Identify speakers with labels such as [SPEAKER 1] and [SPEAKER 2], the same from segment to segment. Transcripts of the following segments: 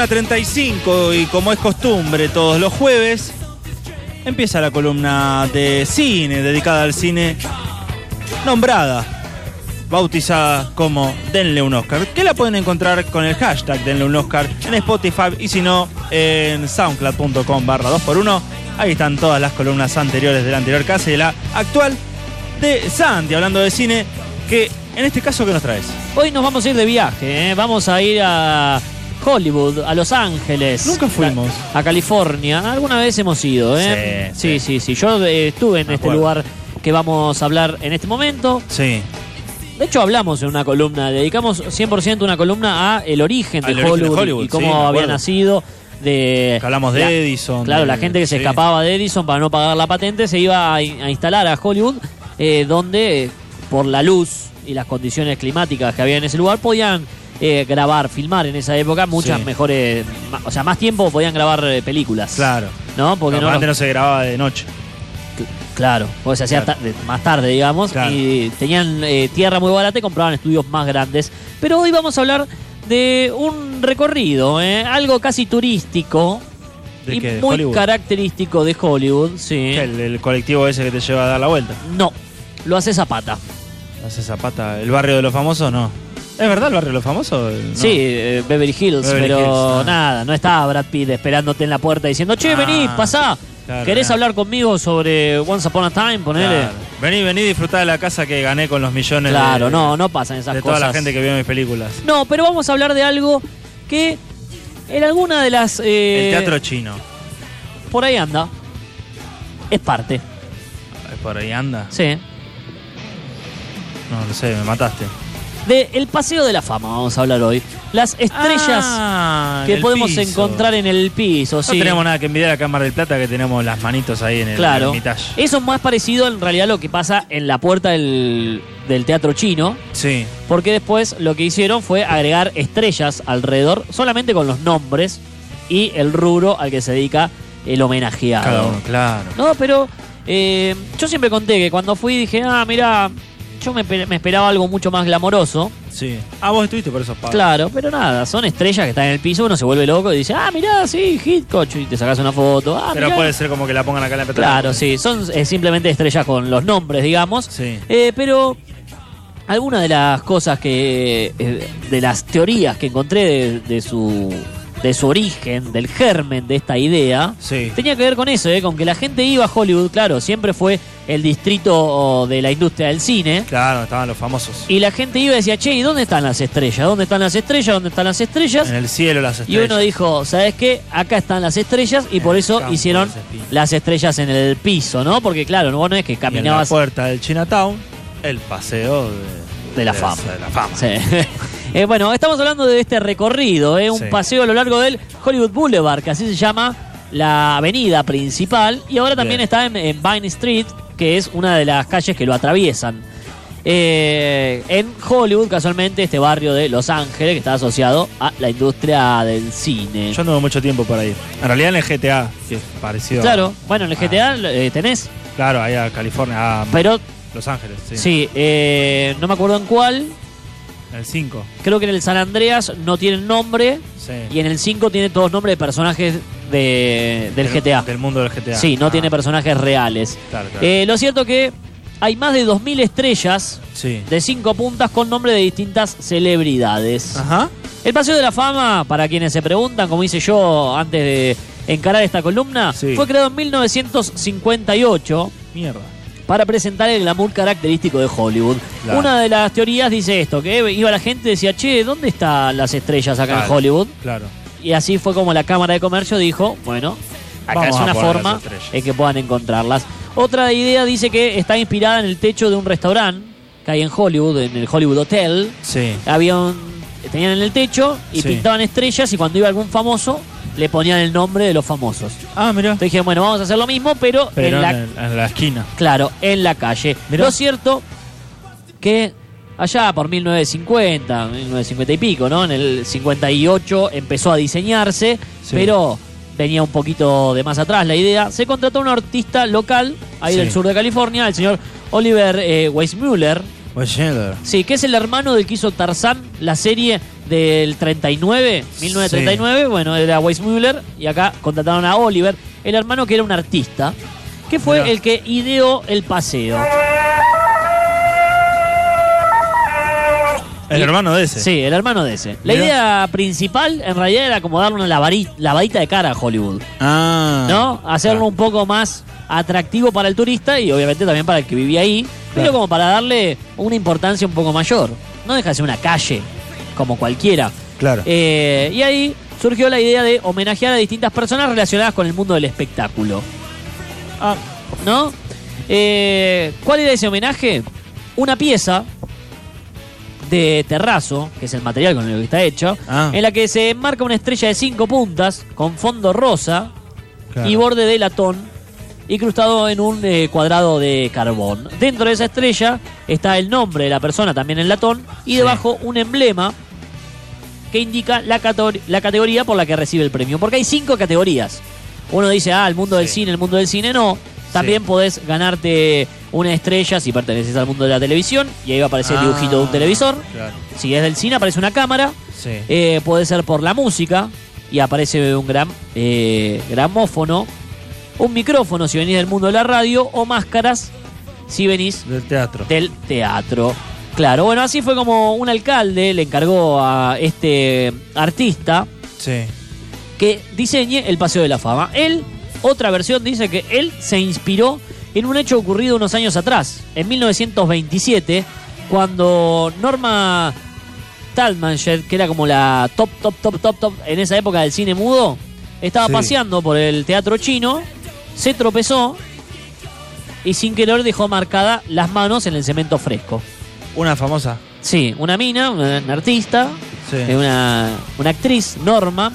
[SPEAKER 1] a 35 y como es costumbre todos los jueves, empieza la columna de cine, dedicada al cine, nombrada, bautizada como Denle un Oscar, que la pueden encontrar con el hashtag Denle un Oscar en Spotify y si no en soundcloud.com barra 2x1. Ahí están todas las columnas anteriores de la anterior casa y de la actual de Santi, hablando de cine, que en este caso, ¿qué nos traes?
[SPEAKER 2] Hoy nos vamos a ir de viaje, ¿eh? vamos a ir a Hollywood, a Los Ángeles.
[SPEAKER 1] Nunca fuimos.
[SPEAKER 2] A, a California. Alguna vez hemos ido, ¿eh?
[SPEAKER 1] Sí,
[SPEAKER 2] sí, sí. sí. Yo eh, estuve en
[SPEAKER 1] Me
[SPEAKER 2] este
[SPEAKER 1] acuerdo.
[SPEAKER 2] lugar que vamos a hablar en este momento.
[SPEAKER 1] Sí.
[SPEAKER 2] De hecho, hablamos en una columna, dedicamos 100% una columna a el origen de,
[SPEAKER 1] Al
[SPEAKER 2] Hollywood,
[SPEAKER 1] origen de Hollywood, sí,
[SPEAKER 2] y
[SPEAKER 1] me
[SPEAKER 2] cómo
[SPEAKER 1] acuerdo.
[SPEAKER 2] había nacido de...
[SPEAKER 1] Que hablamos de
[SPEAKER 2] la-
[SPEAKER 1] Edison,
[SPEAKER 2] Claro,
[SPEAKER 1] de-
[SPEAKER 2] la gente que se
[SPEAKER 1] sí.
[SPEAKER 2] escapaba de Edison para no pagar la patente se iba a, in- a instalar a Hollywood, eh, donde eh, por la luz y las condiciones climáticas que había en ese lugar podían eh, grabar, filmar en esa época muchas
[SPEAKER 1] Sí.
[SPEAKER 2] mejores, ma- o sea, más tiempo podían grabar eh, películas.
[SPEAKER 1] Claro.
[SPEAKER 2] ¿No? Porque
[SPEAKER 1] No,
[SPEAKER 2] no,
[SPEAKER 1] antes no se grababa de noche.
[SPEAKER 2] Cl- Claro, pues se hacía
[SPEAKER 1] Claro.
[SPEAKER 2] tarde- más tarde, digamos,
[SPEAKER 1] Claro.
[SPEAKER 2] y tenían eh, tierra muy barata y compraban estudios más grandes. Pero hoy vamos a hablar de un recorrido, ¿eh? algo casi turístico
[SPEAKER 1] ¿De
[SPEAKER 2] y
[SPEAKER 1] qué? ¿De
[SPEAKER 2] muy
[SPEAKER 1] Hollywood?
[SPEAKER 2] característico de Hollywood, sí.
[SPEAKER 1] ¿Qué? El, el colectivo ese que te lleva a dar la vuelta.
[SPEAKER 2] No, lo hace Zapata.
[SPEAKER 1] Hace Zapata. ¿El barrio de los famosos? No. ¿Es verdad el barrio de los famosos? No.
[SPEAKER 2] Sí, eh, Beverly Hills,
[SPEAKER 1] Beverly
[SPEAKER 2] pero
[SPEAKER 1] Hills, ah.
[SPEAKER 2] nada, no está Brad Pitt esperándote en la puerta diciendo, che,
[SPEAKER 1] Ah,
[SPEAKER 2] vení, pasá.
[SPEAKER 1] claro,
[SPEAKER 2] ¿Querés
[SPEAKER 1] claro.
[SPEAKER 2] hablar conmigo sobre Once Upon a Time? Ponele.
[SPEAKER 1] Claro. Vení, vení, disfrutá de la casa que gané con los millones de-
[SPEAKER 2] Claro, no, no pasan
[SPEAKER 1] de,
[SPEAKER 2] esas
[SPEAKER 1] toda
[SPEAKER 2] cosas.
[SPEAKER 1] la gente que vio mis películas.
[SPEAKER 2] No, pero vamos a hablar de algo que en alguna de las... eh,
[SPEAKER 1] el teatro chino.
[SPEAKER 2] Por ahí anda. Es parte.
[SPEAKER 1] Por ahí anda.
[SPEAKER 2] Sí.
[SPEAKER 1] No, no sé, me mataste.
[SPEAKER 2] De El Paseo de la Fama vamos a hablar hoy. Las estrellas
[SPEAKER 1] Ah, en
[SPEAKER 2] que
[SPEAKER 1] el
[SPEAKER 2] podemos
[SPEAKER 1] piso.
[SPEAKER 2] encontrar en el piso.
[SPEAKER 1] No
[SPEAKER 2] sí.
[SPEAKER 1] tenemos nada que envidiar a Cámara del Plata que tenemos las manitos ahí en el,
[SPEAKER 2] Claro. Eh.
[SPEAKER 1] Hermitage.
[SPEAKER 2] Eso es más parecido en realidad a lo que pasa en la puerta del, del teatro chino.
[SPEAKER 1] Sí.
[SPEAKER 2] Porque después lo que hicieron fue agregar estrellas alrededor solamente con los nombres y el rubro al que se dedica el homenajeado.
[SPEAKER 1] Cada uno, claro.
[SPEAKER 2] No, pero eh, yo siempre conté que cuando fui dije, ah, mira, yo me, pe- me esperaba algo mucho más glamoroso.
[SPEAKER 1] Sí. Ah, vos estuviste por esos pagos.
[SPEAKER 2] Claro, pero nada, son estrellas que están en el piso, uno se vuelve loco y dice, ah, mira, sí, Hitchcock, y te sacas una foto. Ah,
[SPEAKER 1] Pero
[SPEAKER 2] mirá.
[SPEAKER 1] puede ser como que la pongan acá en la petrolera.
[SPEAKER 2] Claro, sí, son eh, simplemente estrellas con los nombres, digamos.
[SPEAKER 1] Sí.
[SPEAKER 2] Eh, pero alguna de las cosas que. eh, de las teorías que encontré de, de su. de su origen, del germen de esta idea.
[SPEAKER 1] Sí.
[SPEAKER 2] Tenía que ver con eso, eh, con que la gente iba a Hollywood, claro, siempre fue el distrito de la industria del cine.
[SPEAKER 1] Claro, estaban los famosos.
[SPEAKER 2] Y la gente iba y decía, che, ¿y dónde están las estrellas? ¿Dónde están las estrellas? ¿Dónde están las estrellas?
[SPEAKER 1] En el cielo las
[SPEAKER 2] Y
[SPEAKER 1] estrellas.
[SPEAKER 2] uno dijo, ¿sabes qué? Acá están las estrellas y
[SPEAKER 1] En
[SPEAKER 2] por
[SPEAKER 1] el
[SPEAKER 2] eso
[SPEAKER 1] campo
[SPEAKER 2] hicieron
[SPEAKER 1] de ese pino.
[SPEAKER 2] las estrellas en el piso, ¿no? Porque claro, no no es que
[SPEAKER 1] Y en la
[SPEAKER 2] caminabas
[SPEAKER 1] puerta del Chinatown, el paseo de,
[SPEAKER 2] de la fama.
[SPEAKER 1] De la fama.
[SPEAKER 2] Sí. Eh, bueno, estamos hablando de este recorrido, ¿eh? un
[SPEAKER 1] Sí.
[SPEAKER 2] paseo a lo largo del Hollywood Boulevard, que así se llama la avenida principal, y ahora también
[SPEAKER 1] Bien.
[SPEAKER 2] está en, en Vine Street, que es una de las calles que lo atraviesan. Eh, en Hollywood, casualmente, este barrio de Los Ángeles, que está asociado a la industria del cine.
[SPEAKER 1] Yo no veo mucho tiempo para ir. En realidad en el GTA, que es parecido. a-
[SPEAKER 2] claro, bueno, en el
[SPEAKER 1] Ah.
[SPEAKER 2] GTA eh, tenés,
[SPEAKER 1] claro, ahí a California, a
[SPEAKER 2] pero
[SPEAKER 1] Los Ángeles. Sí.
[SPEAKER 2] sí, eh, no me acuerdo en cuál,
[SPEAKER 1] El 5.
[SPEAKER 2] creo que en el San Andreas no tienen nombre.
[SPEAKER 1] Sí.
[SPEAKER 2] Y en el 5 tiene todos nombres de personajes de, del GTA.
[SPEAKER 1] Del mundo del GTA.
[SPEAKER 2] Sí, no
[SPEAKER 1] Ah,
[SPEAKER 2] tiene personajes reales.
[SPEAKER 1] Claro, claro.
[SPEAKER 2] Eh, lo cierto que hay más de 2.000 estrellas
[SPEAKER 1] sí.
[SPEAKER 2] de 5 puntas con nombre de distintas celebridades.
[SPEAKER 1] Ajá.
[SPEAKER 2] El Paseo de la Fama, para quienes se preguntan, como hice yo antes de encarar esta columna,
[SPEAKER 1] Sí.
[SPEAKER 2] fue creado en 1958
[SPEAKER 1] Mierda.
[SPEAKER 2] para presentar el glamour característico de Hollywood.
[SPEAKER 1] Claro.
[SPEAKER 2] Una de las teorías dice esto, que iba la gente y decía, che, ¿dónde están las estrellas acá en
[SPEAKER 1] Claro.
[SPEAKER 2] Hollywood?
[SPEAKER 1] Claro.
[SPEAKER 2] Y así fue como la Cámara de Comercio dijo, bueno, Acá
[SPEAKER 1] Vamos
[SPEAKER 2] es
[SPEAKER 1] a
[SPEAKER 2] una
[SPEAKER 1] poner las
[SPEAKER 2] forma
[SPEAKER 1] estrellas.
[SPEAKER 2] en que puedan encontrarlas. Otra idea dice que está inspirada en el techo de un restaurante que hay en Hollywood, en el Hollywood Hotel.
[SPEAKER 1] Sí.
[SPEAKER 2] Había un- tenían en el techo y
[SPEAKER 1] Sí.
[SPEAKER 2] pintaban estrellas y cuando iba algún famoso le ponían el nombre de los famosos.
[SPEAKER 1] Ah, mira.
[SPEAKER 2] Entonces dije, bueno, vamos a hacer lo mismo, pero,
[SPEAKER 1] Pero
[SPEAKER 2] en la,
[SPEAKER 1] en, en la esquina.
[SPEAKER 2] claro, en la calle.
[SPEAKER 1] Mirá.
[SPEAKER 2] Lo cierto que allá por 1950, 1950 y pico, ¿no? En el 58 empezó a diseñarse,
[SPEAKER 1] Sí.
[SPEAKER 2] pero venía un poquito de más atrás la idea. Se contrató un artista local, ahí
[SPEAKER 1] Sí.
[SPEAKER 2] del sur de California, el señor Oliver eh, Weissmuller,
[SPEAKER 1] Weissmuller.
[SPEAKER 2] Sí, que es el hermano del que hizo Tarzán, la serie del 39, 1939. Bueno, era Weissmuller y acá contrataron a Oliver, el hermano que era un artista, que fue
[SPEAKER 1] Mirá.
[SPEAKER 2] el que ideó el paseo.
[SPEAKER 1] El
[SPEAKER 2] Y-
[SPEAKER 1] hermano de ese.
[SPEAKER 2] Sí, el hermano de ese. La
[SPEAKER 1] Mirá.
[SPEAKER 2] idea principal en realidad era como darle una lavari- lavadita de cara a Hollywood,
[SPEAKER 1] Ah.
[SPEAKER 2] ¿no? Hacerlo un poco más atractivo para el turista y obviamente también para el que vivía ahí, pero
[SPEAKER 1] Claro.
[SPEAKER 2] como para darle una importancia un poco mayor. No deja de ser una calle, como cualquiera.
[SPEAKER 1] Claro.
[SPEAKER 2] Eh, y ahí surgió la idea de homenajear a distintas personas relacionadas con el mundo del espectáculo.
[SPEAKER 1] Ah,
[SPEAKER 2] ¿No? Eh, ¿Cuál era ese homenaje? Una pieza de terrazo, que es el material con el que está hecho,
[SPEAKER 1] Ah.
[SPEAKER 2] en la que se enmarca una estrella de cinco puntas con fondo rosa
[SPEAKER 1] claro.
[SPEAKER 2] y borde de latón incrustado en un eh, cuadrado de carbón. Dentro de esa estrella está el nombre de la persona también en latón y
[SPEAKER 1] Sí.
[SPEAKER 2] debajo un emblema que indica la, cator- la categoría por la que recibe el premio. Porque hay cinco categorías. Uno dice, ah, el mundo del
[SPEAKER 1] Sí.
[SPEAKER 2] cine, el mundo del cine no. También
[SPEAKER 1] Sí.
[SPEAKER 2] podés ganarte una estrella si perteneces al mundo de la televisión y ahí va a aparecer el dibujito de un
[SPEAKER 1] Ah,
[SPEAKER 2] televisor.
[SPEAKER 1] Claro.
[SPEAKER 2] Si es del cine aparece una cámara.
[SPEAKER 1] Sí.
[SPEAKER 2] Eh, puede ser por la música y aparece un gram, eh, gramófono, un micrófono si venís del mundo de la radio o máscaras si venís
[SPEAKER 1] Del teatro.
[SPEAKER 2] del teatro. Claro, bueno, así fue como un alcalde le encargó a este artista
[SPEAKER 1] Sí.
[SPEAKER 2] que diseñe el Paseo de la Fama. Él, otra versión dice que él se inspiró en un hecho ocurrido unos años atrás, en 1927, cuando Norma Talmanshed, que era como la top, top, top, top, top en esa época del cine mudo, estaba
[SPEAKER 1] Sí.
[SPEAKER 2] paseando por el teatro chino, se tropezó y sin querer dejó marcada las manos en el cemento fresco.
[SPEAKER 1] Una famosa.
[SPEAKER 2] Sí, una mina, una, una artista,
[SPEAKER 1] Sí.
[SPEAKER 2] eh, una, una actriz, Norma,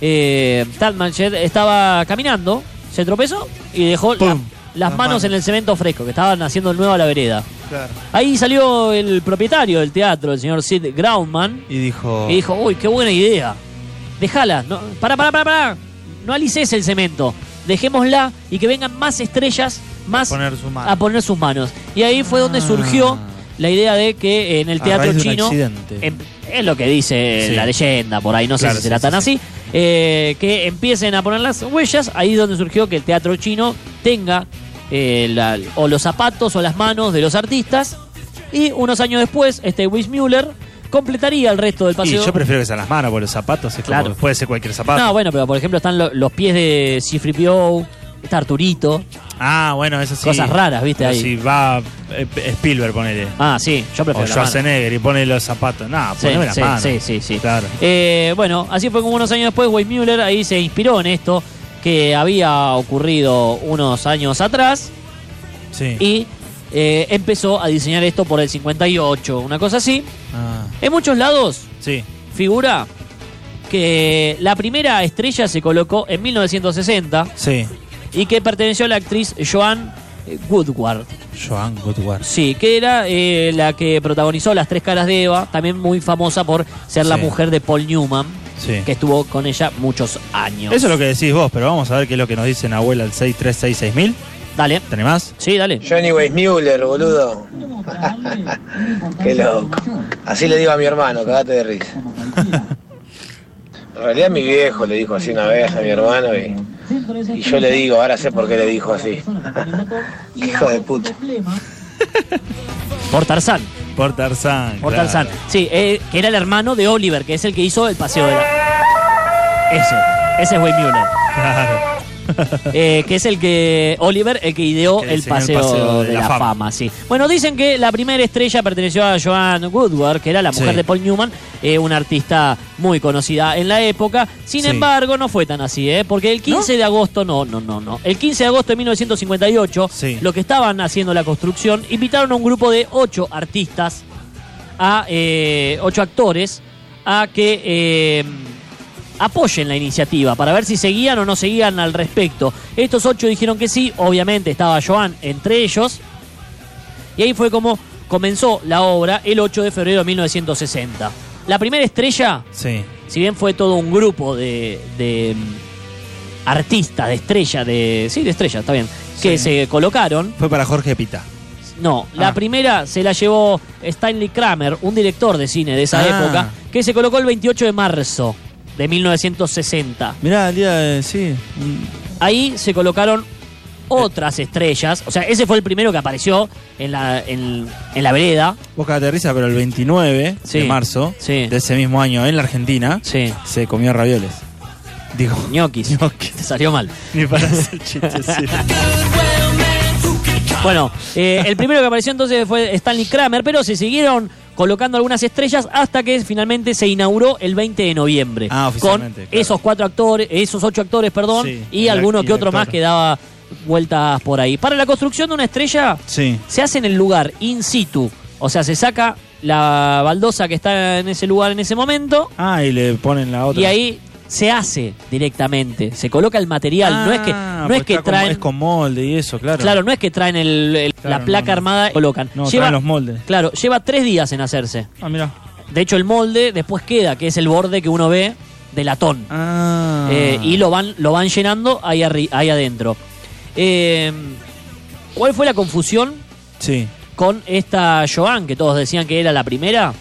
[SPEAKER 2] eh, Talmanchet, estaba caminando, se tropezó y dejó la-
[SPEAKER 1] Pum.
[SPEAKER 2] las
[SPEAKER 1] Las
[SPEAKER 2] manos,
[SPEAKER 1] manos.
[SPEAKER 2] en el cemento fresco, que estaban haciendo nuevo a la vereda.
[SPEAKER 1] Claro.
[SPEAKER 2] Ahí salió el propietario del teatro, el señor Sid Groundman,
[SPEAKER 1] Y dijo.
[SPEAKER 2] y dijo, uy, qué buena idea. Déjala, no, pará, pará, pará, pará. No alices el cemento. Dejémosla y que vengan más estrellas, más
[SPEAKER 1] Poner su mano.
[SPEAKER 2] a poner sus manos. Y ahí fue donde
[SPEAKER 1] Ah.
[SPEAKER 2] surgió la idea de que en el
[SPEAKER 1] A
[SPEAKER 2] teatro
[SPEAKER 1] raíz de un
[SPEAKER 2] chino,
[SPEAKER 1] accidente.
[SPEAKER 2] em- es lo que dice
[SPEAKER 1] Sí.
[SPEAKER 2] la leyenda, por ahí no
[SPEAKER 1] Claro,
[SPEAKER 2] sé si será
[SPEAKER 1] sí,
[SPEAKER 2] tan
[SPEAKER 1] sí,
[SPEAKER 2] así, eh, que empiecen a poner las huellas, ahí es donde surgió que el teatro chino tenga eh, la- o los zapatos o las manos de los artistas. Y unos años después, este Müller completaría el resto del
[SPEAKER 1] Y
[SPEAKER 2] paseo.
[SPEAKER 1] yo prefiero que sean las manos, porque los zapatos es
[SPEAKER 2] Claro.
[SPEAKER 1] como- puede ser cualquier zapato.
[SPEAKER 2] no, bueno, pero por ejemplo están lo- los pies de Cifripio, está Arturito.
[SPEAKER 1] Ah, bueno, eso sí.
[SPEAKER 2] Cosas raras, viste,
[SPEAKER 1] Pero
[SPEAKER 2] ahí.
[SPEAKER 1] Si va eh, Spielberg, ponele.
[SPEAKER 2] Ah, sí, yo
[SPEAKER 1] o
[SPEAKER 2] prefiero. las manos.
[SPEAKER 1] Schwarzenegger y pone los zapatos. No,
[SPEAKER 2] Sí,
[SPEAKER 1] poneme las
[SPEAKER 2] sí,
[SPEAKER 1] manos.
[SPEAKER 2] sí, sí, sí.
[SPEAKER 1] Claro.
[SPEAKER 2] Eh, bueno, así fue como unos años después, Weissmuller ahí se inspiró en esto que había ocurrido unos años atrás
[SPEAKER 1] Sí.
[SPEAKER 2] y eh, empezó a diseñar esto por el 58, una cosa así.
[SPEAKER 1] Ah,
[SPEAKER 2] En muchos lados
[SPEAKER 1] sí.
[SPEAKER 2] figura que la primera estrella se colocó en 1960
[SPEAKER 1] Sí.
[SPEAKER 2] y que perteneció a la actriz Joan Woodward.
[SPEAKER 1] Joan Goodward.
[SPEAKER 2] Sí, que era eh, la que protagonizó Las Tres Caras de Eva, también muy famosa por ser la
[SPEAKER 1] Sí.
[SPEAKER 2] mujer de Paul Newman,
[SPEAKER 1] Sí.
[SPEAKER 2] que estuvo con ella muchos años.
[SPEAKER 1] Eso es lo que decís vos, pero vamos a ver qué es lo que nos dicen abuela al 6366000.
[SPEAKER 2] Dale.
[SPEAKER 1] ¿Tenés más?
[SPEAKER 2] Sí, dale.
[SPEAKER 3] Johnny Weissmuller, boludo. Qué loco. Así le digo a mi hermano, cagate de risa. En realidad mi viejo le dijo así una vez a mi hermano y, y yo le digo, ahora sé por qué le dijo así. Pues Hijo de puta.
[SPEAKER 2] Por Tarzán.
[SPEAKER 1] Por Tarzán.
[SPEAKER 2] Por
[SPEAKER 1] claro.
[SPEAKER 2] Tarzán. Sí, eh, que era el hermano de Oliver, que es el que hizo el paseo de la. Ese. Ese es Wayne Mueller.
[SPEAKER 1] Claro.
[SPEAKER 2] eh, que es el que Oliver, el que ideó
[SPEAKER 1] Que
[SPEAKER 2] el
[SPEAKER 1] diseñó el
[SPEAKER 2] paseo, de, la, fama. sí. Bueno, dicen que la primera estrella perteneció a Joan Woodward, que era la mujer
[SPEAKER 1] Sí.
[SPEAKER 2] de Paul Newman, eh, una artista muy conocida en la época. Sin
[SPEAKER 1] Sí.
[SPEAKER 2] embargo, no fue tan así, ¿eh? porque el 15 de agosto, no, no, no, no. El 15 de agosto de 1958,
[SPEAKER 1] Sí.
[SPEAKER 2] los que estaban haciendo la construcción invitaron a un grupo de ocho artistas, a eh, ocho actores, a que eh, apoyen la iniciativa para ver si seguían o no seguían al respecto. Estos ocho dijeron que sí, obviamente estaba Joan entre ellos. Y ahí fue como comenzó la obra el 8 de febrero de 1960. La primera estrella,
[SPEAKER 1] Sí.
[SPEAKER 2] si bien fue todo un grupo de, de, mm, artistas, de estrella, de. Sí, de estrella, está bien. Que
[SPEAKER 1] Sí.
[SPEAKER 2] se colocaron.
[SPEAKER 1] Fue para Jorge Pita.
[SPEAKER 2] No, la
[SPEAKER 1] Ah.
[SPEAKER 2] primera se la llevó Stanley Kramer, un director de cine de esa
[SPEAKER 1] Ah.
[SPEAKER 2] época, que se colocó el 28 de marzo de 1960.
[SPEAKER 1] Mirá, el día de. Sí. Mm,
[SPEAKER 2] Ahí se colocaron otras estrellas. O sea, ese fue el primero que apareció en la, en, en la vereda.
[SPEAKER 1] Vos cagate de risa, pero el 29
[SPEAKER 2] Sí.
[SPEAKER 1] de marzo
[SPEAKER 2] Sí.
[SPEAKER 1] de ese mismo año en la Argentina
[SPEAKER 2] Sí.
[SPEAKER 1] se comió ravioles. Digo,
[SPEAKER 2] Ñoquis.
[SPEAKER 1] ñoquis.
[SPEAKER 2] Te salió mal.
[SPEAKER 1] Ni para hacer chistes. sí.
[SPEAKER 2] Bueno, eh, el primero que apareció entonces fue Stanley Kramer, pero se siguieron colocando algunas estrellas hasta que finalmente se inauguró el 20 de noviembre.
[SPEAKER 1] Ah, oficialmente,
[SPEAKER 2] Con
[SPEAKER 1] claro.
[SPEAKER 2] esos cuatro actores, esos ocho actores, perdón,
[SPEAKER 1] Sí,
[SPEAKER 2] y
[SPEAKER 1] el
[SPEAKER 2] alguno
[SPEAKER 1] act- y
[SPEAKER 2] que
[SPEAKER 1] el
[SPEAKER 2] otro
[SPEAKER 1] actor.
[SPEAKER 2] más que daba vueltas por ahí. Para la construcción de una estrella
[SPEAKER 1] Sí.
[SPEAKER 2] se hace en el lugar in situ, o sea, se saca la baldosa que está en ese lugar en ese momento
[SPEAKER 1] Ah, y le ponen la otra.
[SPEAKER 2] y ahí se hace directamente, se coloca el material, no es que
[SPEAKER 1] Ah,
[SPEAKER 2] no es
[SPEAKER 1] porque
[SPEAKER 2] que
[SPEAKER 1] está con-
[SPEAKER 2] traen
[SPEAKER 1] Es con molde y eso, claro.
[SPEAKER 2] Claro, no es que traen el- el-
[SPEAKER 1] Claro,
[SPEAKER 2] la
[SPEAKER 1] no,
[SPEAKER 2] placa
[SPEAKER 1] no.
[SPEAKER 2] armada y colocan.
[SPEAKER 1] No,
[SPEAKER 2] lleva,
[SPEAKER 1] traen los moldes.
[SPEAKER 2] Claro, lleva tres días en hacerse.
[SPEAKER 1] Ah, mirá.
[SPEAKER 2] De hecho, el molde después queda, que es el borde que uno ve de latón.
[SPEAKER 1] Ah.
[SPEAKER 2] Eh, y lo van, lo van llenando ahí, arri- ahí adentro. Eh, ¿Cuál fue la confusión
[SPEAKER 1] Sí.
[SPEAKER 2] con esta Joan, que todos decían que era la primera?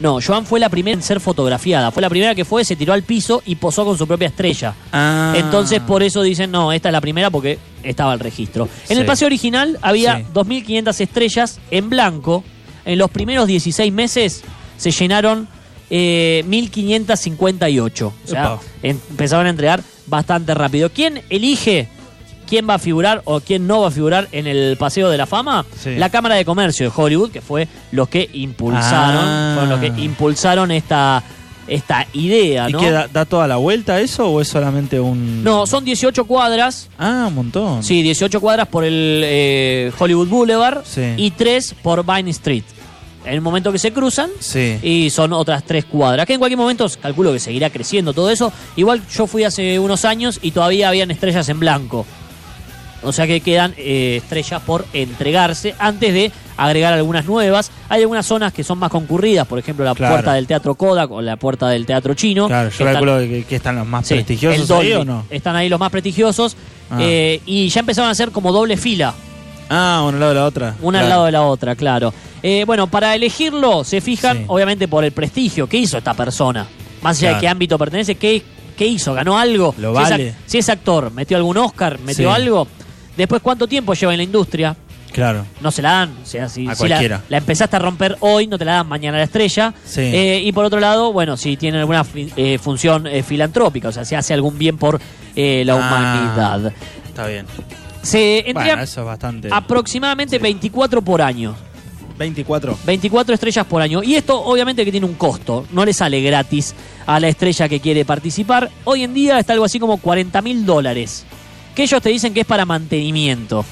[SPEAKER 2] No, Joan fue la primera en ser fotografiada. Fue la primera que fue, se tiró al piso y posó con su propia estrella.
[SPEAKER 1] Ah.
[SPEAKER 2] Entonces por eso dicen, no, esta es la primera porque estaba el registro. En el
[SPEAKER 1] Sí.
[SPEAKER 2] paseo original había
[SPEAKER 1] Sí.
[SPEAKER 2] 2.500 estrellas en blanco. En los primeros 16 meses se llenaron eh, 1.558. O sea,
[SPEAKER 1] Epa.
[SPEAKER 2] em- empezaban a entregar bastante rápido. ¿Quién elige quién va a figurar o quién no va a figurar en el paseo de la fama?
[SPEAKER 1] Sí.
[SPEAKER 2] La Cámara de Comercio de Hollywood, que fue los que impulsaron,
[SPEAKER 1] Ah.
[SPEAKER 2] fueron los que impulsaron esta, esta idea,
[SPEAKER 1] ¿Y
[SPEAKER 2] ¿no?
[SPEAKER 1] qué, da, da toda la vuelta eso o es solamente un.?
[SPEAKER 2] No, son 18 cuadras.
[SPEAKER 1] Ah, un montón.
[SPEAKER 2] Sí, 18 cuadras por el eh, Hollywood Boulevard
[SPEAKER 1] Sí.
[SPEAKER 2] y 3 por Vine Street. En el momento que se cruzan
[SPEAKER 1] Sí.
[SPEAKER 2] y son otras 3 cuadras, que en cualquier momento calculo que seguirá creciendo todo eso. Igual yo fui hace unos años y todavía habían estrellas en blanco. O sea que quedan eh, estrellas por entregarse antes de agregar algunas nuevas. Hay algunas zonas que son más concurridas, por ejemplo la
[SPEAKER 1] Claro.
[SPEAKER 2] puerta del Teatro Kodak o la puerta del Teatro Chino.
[SPEAKER 1] Claro, yo
[SPEAKER 2] que están-
[SPEAKER 1] calculo que, que están los más
[SPEAKER 2] Sí, el
[SPEAKER 1] prestigiosos
[SPEAKER 2] Dolby.
[SPEAKER 1] ahí o no.
[SPEAKER 2] Están ahí los más prestigiosos.
[SPEAKER 1] Ah.
[SPEAKER 2] eh, y ya empezaron a hacer como doble fila,
[SPEAKER 1] Ah, uno al lado de la otra.
[SPEAKER 2] una al
[SPEAKER 1] Claro.
[SPEAKER 2] lado de la otra, claro. Eh, bueno, para elegirlo se fijan,
[SPEAKER 1] Sí.
[SPEAKER 2] obviamente, por el prestigio que hizo esta persona. Más allá de
[SPEAKER 1] Claro.
[SPEAKER 2] qué ámbito pertenece, qué, qué hizo, ganó algo.
[SPEAKER 1] Lo
[SPEAKER 2] Si es ac-
[SPEAKER 1] vale.
[SPEAKER 2] si es actor, metió algún Oscar, metió
[SPEAKER 1] Sí.
[SPEAKER 2] algo. Después, ¿cuánto tiempo lleva en la industria?
[SPEAKER 1] Claro.
[SPEAKER 2] no se la dan. O sea, si,
[SPEAKER 1] A
[SPEAKER 2] si la,
[SPEAKER 1] cualquiera.
[SPEAKER 2] la empezaste a romper hoy, no te la dan mañana a la estrella.
[SPEAKER 1] Sí.
[SPEAKER 2] Eh, y por otro lado, bueno, si tiene alguna fi- eh, función eh, filantrópica, o sea, si hace algún bien por eh, la
[SPEAKER 1] Ah.
[SPEAKER 2] humanidad.
[SPEAKER 1] Está bien.
[SPEAKER 2] Se entregan
[SPEAKER 1] Bueno, eso es bastante.
[SPEAKER 2] aproximadamente 24 por año.
[SPEAKER 1] 24.
[SPEAKER 2] 24 estrellas por año. Y esto obviamente que tiene un costo, no le sale gratis a la estrella que quiere participar. Hoy en día está algo así como 40 mil dólares, que ellos te dicen que es para mantenimiento.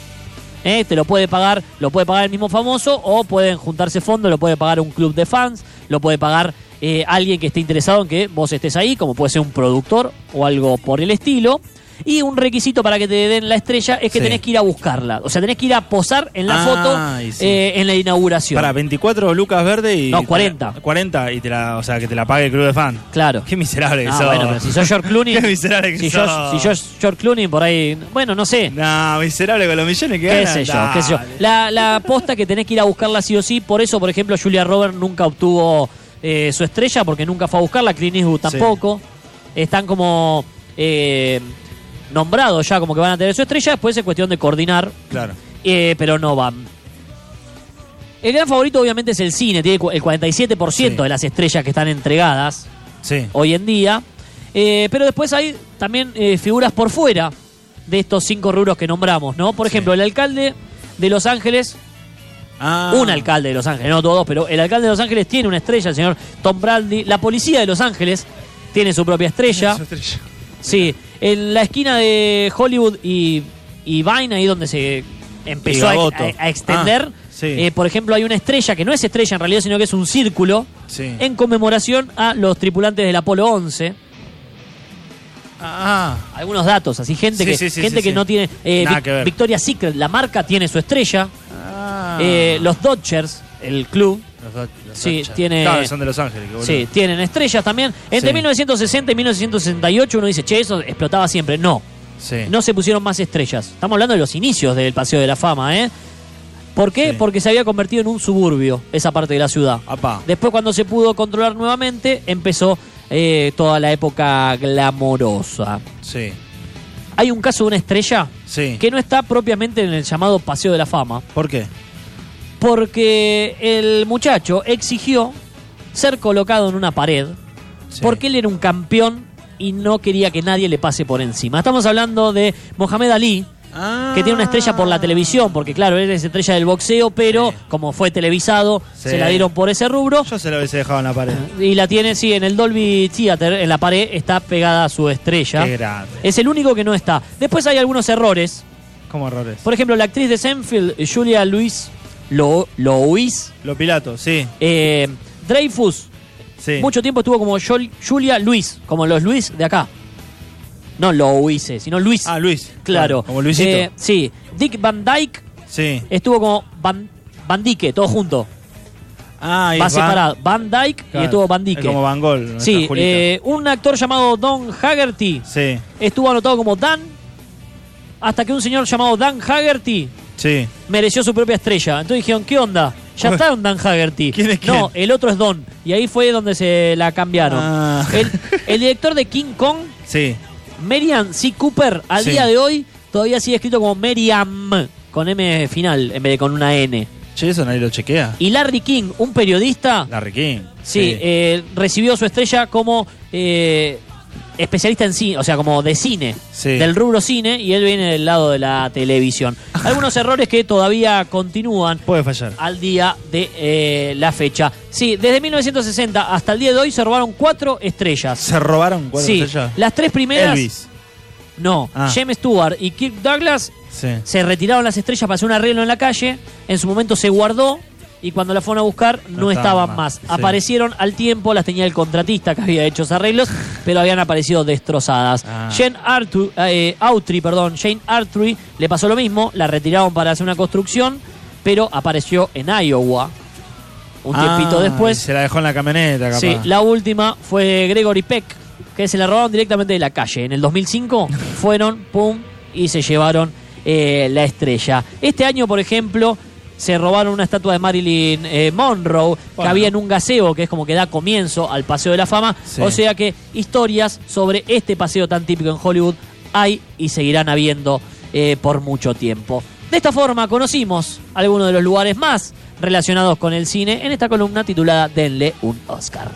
[SPEAKER 2] ¿Eh? Te lo puede pagar, lo puede pagar el mismo famoso o pueden juntarse fondos, lo puede pagar un club de fans, lo puede pagar eh, alguien que esté interesado en que vos estés ahí, como puede ser un productor o algo por el estilo. Y un requisito para que te den la estrella es que
[SPEAKER 1] Sí.
[SPEAKER 2] tenés que ir a buscarla. O sea, tenés que ir a posar en la
[SPEAKER 1] Ah, y
[SPEAKER 2] foto
[SPEAKER 1] sí.
[SPEAKER 2] eh, en la inauguración.
[SPEAKER 1] Para 24 lucas verde y.
[SPEAKER 2] No,
[SPEAKER 1] te la-
[SPEAKER 2] 40.
[SPEAKER 1] 40 y te la, o sea, que te la pague el club de fan.
[SPEAKER 2] Claro.
[SPEAKER 1] Qué miserable que
[SPEAKER 2] Ah,
[SPEAKER 1] sos.
[SPEAKER 2] bueno, pero si sos George Clooney.
[SPEAKER 1] Qué miserable que
[SPEAKER 2] si
[SPEAKER 1] sos.
[SPEAKER 2] sos- si sos George Clooney, por ahí. Bueno, no sé.
[SPEAKER 1] No, miserable con los millones que
[SPEAKER 2] Qué
[SPEAKER 1] ganan.
[SPEAKER 2] sé yo, qué sé yo.
[SPEAKER 1] Dale.
[SPEAKER 2] La, la posta que tenés que ir a buscarla sí o sí. Por eso, por ejemplo, Julia Roberts nunca obtuvo eh, su estrella porque nunca fue a buscarla. Clint Eastwood
[SPEAKER 1] Sí.
[SPEAKER 2] tampoco. Están como eh, nombrados ya como que van a tener su estrella. Después es cuestión de coordinar,
[SPEAKER 1] Claro.
[SPEAKER 2] eh, pero no van. El gran favorito obviamente es el cine. Tiene cu- el 47%
[SPEAKER 1] Sí.
[SPEAKER 2] de las estrellas que están entregadas
[SPEAKER 1] Sí.
[SPEAKER 2] hoy en día. Eh, pero después hay también eh, figuras por fuera de estos cinco rubros que nombramos, ¿no? Por
[SPEAKER 1] Sí.
[SPEAKER 2] ejemplo, el alcalde de Los Ángeles,
[SPEAKER 1] Ah,
[SPEAKER 2] un alcalde de Los Ángeles, no todos, pero el alcalde de Los Ángeles tiene una estrella, el señor Tom Brady. La policía de Los Ángeles tiene su propia estrella.
[SPEAKER 4] Esa estrella.
[SPEAKER 2] Sí, en la esquina de Hollywood y, y Vine, ahí donde se empezó a,
[SPEAKER 1] Gaboto.
[SPEAKER 2] a- a extender.
[SPEAKER 1] Ah, sí.
[SPEAKER 2] eh, por ejemplo, hay una estrella que no es estrella en realidad, sino que es un círculo
[SPEAKER 1] Sí.
[SPEAKER 2] en conmemoración a los tripulantes del Apolo 11.
[SPEAKER 1] Ah,
[SPEAKER 2] Algunos datos, así gente
[SPEAKER 1] Sí,
[SPEAKER 2] que
[SPEAKER 1] sí, sí,
[SPEAKER 2] gente
[SPEAKER 1] sí,
[SPEAKER 2] que
[SPEAKER 1] sí.
[SPEAKER 2] no tiene eh,
[SPEAKER 1] Nada
[SPEAKER 2] Vic-
[SPEAKER 1] que ver.
[SPEAKER 2] Victoria's Secret, la marca tiene su estrella.
[SPEAKER 1] ah.
[SPEAKER 2] Eh, los Dodgers, el club,
[SPEAKER 1] Los Dodge- los
[SPEAKER 2] Sí,
[SPEAKER 1] Dodgers.
[SPEAKER 2] tiene-
[SPEAKER 1] Claro, son de Los Ángeles. que
[SPEAKER 2] Sí,
[SPEAKER 1] boludo.
[SPEAKER 2] tienen estrellas también. Entre
[SPEAKER 1] Sí.
[SPEAKER 2] 1960 y 1968 uno dice, che, eso explotaba siempre. No,
[SPEAKER 1] Sí.
[SPEAKER 2] no se pusieron más estrellas. Estamos hablando de los inicios del Paseo de la Fama, ¿eh? ¿Por qué?
[SPEAKER 1] Sí. Ah.
[SPEAKER 2] Porque se había convertido en un suburbio esa parte de la ciudad.
[SPEAKER 1] Apá.
[SPEAKER 2] Después cuando se pudo controlar nuevamente, empezó eh, toda la época glamorosa.
[SPEAKER 1] Sí.
[SPEAKER 2] Hay un caso de una estrella
[SPEAKER 1] Sí.
[SPEAKER 2] que no está propiamente en el llamado Paseo de la Fama,
[SPEAKER 1] ¿Por qué?
[SPEAKER 2] porque el muchacho exigió ser colocado en una pared
[SPEAKER 1] Sí.
[SPEAKER 2] porque él era un campeón y no quería que nadie le pase por encima. Estamos hablando de Mohamed Ali,
[SPEAKER 1] Ah.
[SPEAKER 2] que tiene una estrella por la televisión, porque claro, él es estrella del boxeo, pero
[SPEAKER 1] Sí.
[SPEAKER 2] como fue televisado,
[SPEAKER 1] Sí.
[SPEAKER 2] se la dieron por ese rubro.
[SPEAKER 1] Yo se la hubiese dejado en la pared.
[SPEAKER 2] Y la tiene, sí, en el Dolby Theater, en la pared, está pegada a su estrella.
[SPEAKER 1] Qué grande.
[SPEAKER 2] Es el único que no está. Después hay algunos errores.
[SPEAKER 1] Como errores.
[SPEAKER 2] Por ejemplo, la actriz de Senfield, Julia Louis, Lo, Louis
[SPEAKER 1] Lo Pilato, sí.
[SPEAKER 2] eh, Dreyfus,
[SPEAKER 1] sí.
[SPEAKER 2] Mucho tiempo estuvo como Jol- Julia Luis, como los Luis de acá. No Louise, sino Luis.
[SPEAKER 1] Ah, Luis.
[SPEAKER 2] claro.
[SPEAKER 1] Como Luisito.
[SPEAKER 2] Eh, sí. Dick Van Dyke
[SPEAKER 1] sí.
[SPEAKER 2] estuvo como Van, Van Dyke, todo junto.
[SPEAKER 1] Ah, y
[SPEAKER 2] Va
[SPEAKER 1] es
[SPEAKER 2] separado. Van Dyke
[SPEAKER 1] Claro.
[SPEAKER 2] y estuvo Van
[SPEAKER 1] Es
[SPEAKER 2] Dyke.
[SPEAKER 1] Como Van Gogh. nuestra
[SPEAKER 2] Sí.
[SPEAKER 1] Julita.
[SPEAKER 2] eh, un actor llamado Don Haggerty
[SPEAKER 1] sí.
[SPEAKER 2] estuvo anotado como Dan. Hasta que un señor llamado Dan Haggerty
[SPEAKER 1] Sí.
[SPEAKER 2] mereció su propia estrella. Entonces dijeron, ¿qué onda? Ya está un Dan Haggerty.
[SPEAKER 1] ¿Quién es quién?
[SPEAKER 2] No, el otro es Don. Y ahí fue donde se la cambiaron.
[SPEAKER 1] Ah.
[SPEAKER 2] El, el director de King Kong,
[SPEAKER 1] Sí.
[SPEAKER 2] Merian C. Cooper, al
[SPEAKER 1] Sí.
[SPEAKER 2] día de hoy todavía sigue escrito como Meriam, con M final en vez de con una N.
[SPEAKER 1] Che, eso nadie lo chequea.
[SPEAKER 2] Y Larry King, un periodista,
[SPEAKER 1] La King.
[SPEAKER 2] sí, eh, recibió su estrella como eh, especialista en cine, o sea, como de cine,
[SPEAKER 1] Sí.
[SPEAKER 2] del rubro cine, y él viene del lado de la televisión. Algunos errores que todavía continúan
[SPEAKER 1] Puede fallar.
[SPEAKER 2] al día de eh, la fecha. Sí, desde 1960 hasta el día de hoy se robaron cuatro estrellas.
[SPEAKER 1] ¿Se robaron cuatro
[SPEAKER 2] sí,
[SPEAKER 1] estrellas?
[SPEAKER 2] las tres primeras.
[SPEAKER 1] Elvis.
[SPEAKER 2] No,
[SPEAKER 1] Ah.
[SPEAKER 2] James Stewart y Kirk Douglas
[SPEAKER 1] Sí.
[SPEAKER 2] se retiraron las estrellas para hacer un arreglo en la calle. En su momento se guardó y cuando la fueron a buscar no,
[SPEAKER 1] No estaban
[SPEAKER 2] estaban más.
[SPEAKER 1] más, sí.
[SPEAKER 2] Aparecieron al tiempo, las tenía el contratista que había hecho esos arreglos, pero habían aparecido destrozadas.
[SPEAKER 1] Ah.
[SPEAKER 2] Jane Artu- eh, Autry, perdón, Jane Autry le pasó lo mismo, la retiraron para hacer una construcción, pero apareció en Iowa un tiempito
[SPEAKER 1] Ah,
[SPEAKER 2] después.
[SPEAKER 1] y Se la dejó en la camioneta, capaz.
[SPEAKER 2] Sí, la última fue Gregory Peck, que se la robaron directamente de la calle. En el 2005 fueron, pum, y se llevaron eh, la estrella. Este año, por ejemplo, se robaron una estatua de Marilyn eh, Monroe que
[SPEAKER 1] Bueno.
[SPEAKER 2] había en un gaseo, que es como que da comienzo al Paseo de la Fama.
[SPEAKER 1] Sí.
[SPEAKER 2] O sea que historias sobre este paseo tan típico en Hollywood hay y seguirán habiendo eh, por mucho tiempo. De esta forma conocimos algunos de los lugares más relacionados con el cine en esta columna titulada Denle un Oscar.